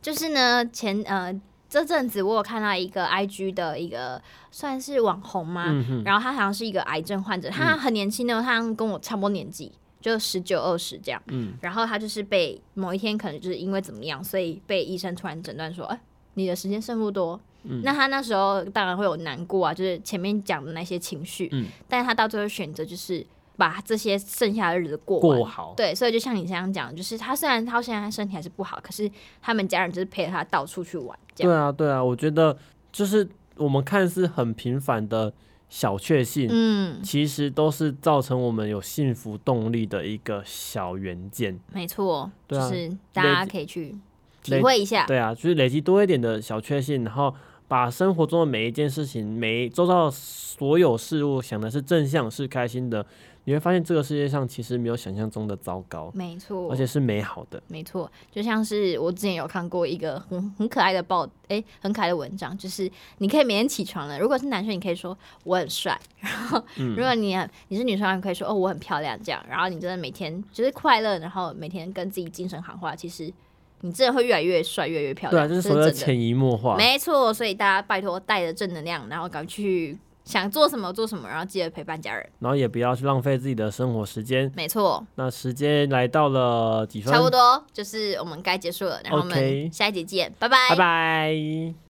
就是呢，前呃这阵子我有看到一个 IG 的一个算是网红嘛，
嗯哼，嗯
然后他好像是一个癌症患者，他很年轻的，他好像跟我差不多年纪，就十九二十这样。
嗯，
然后他就是被某一天可能就是因为怎么样，所以被医生突然诊断说，哎、你的时间剩不多。
嗯
那他那时候当然会有难过啊，就是前面讲的那些情绪，
嗯
但是他到最后选择就是把这些剩下的日子过完。
过好，
对，所以就像你这样讲，就是他虽然他现在他身体还是不好，可是他们家人就是陪着他到处去玩，这
对
样。
啊，对啊，我觉得就是我们看似很平凡的小确幸，
嗯，
其实都是造成我们有幸福动力的一个小元件。
没错，
对啊
就是大家
累积
可以去体会一下。
对啊，就是累积多一点的小确幸，然后把生活中的每一件事情、每周遭的所有事物想的是正向、是开心的，你会发现这个世界上其实没有想象中的糟糕，
没错，
而且是美好的。
没错，就像是我之前有看过一个很很可爱的报，哎、很可爱的文章，就是你可以每天起床了。如果是男生，你可以说我很帅；然
嗯
后如果你很你是女生，你可以说哦我很漂亮这样。然后你真的每天就是快乐，然后每天跟自己精神喊话，其实你真的会越来越帅，越来越漂
对
亮。
啊，就是
这
所谓的
真的
潜移默化。
没错，所以大家拜托带着正能量，然后赶快去想做什么做什么，然后记得陪伴家人。
然后也不要去浪费自己的生活时间。
没错，
那时间来到了几分？
差不。多就是我们该结束了，然后我
OK
们下一集见，
拜拜。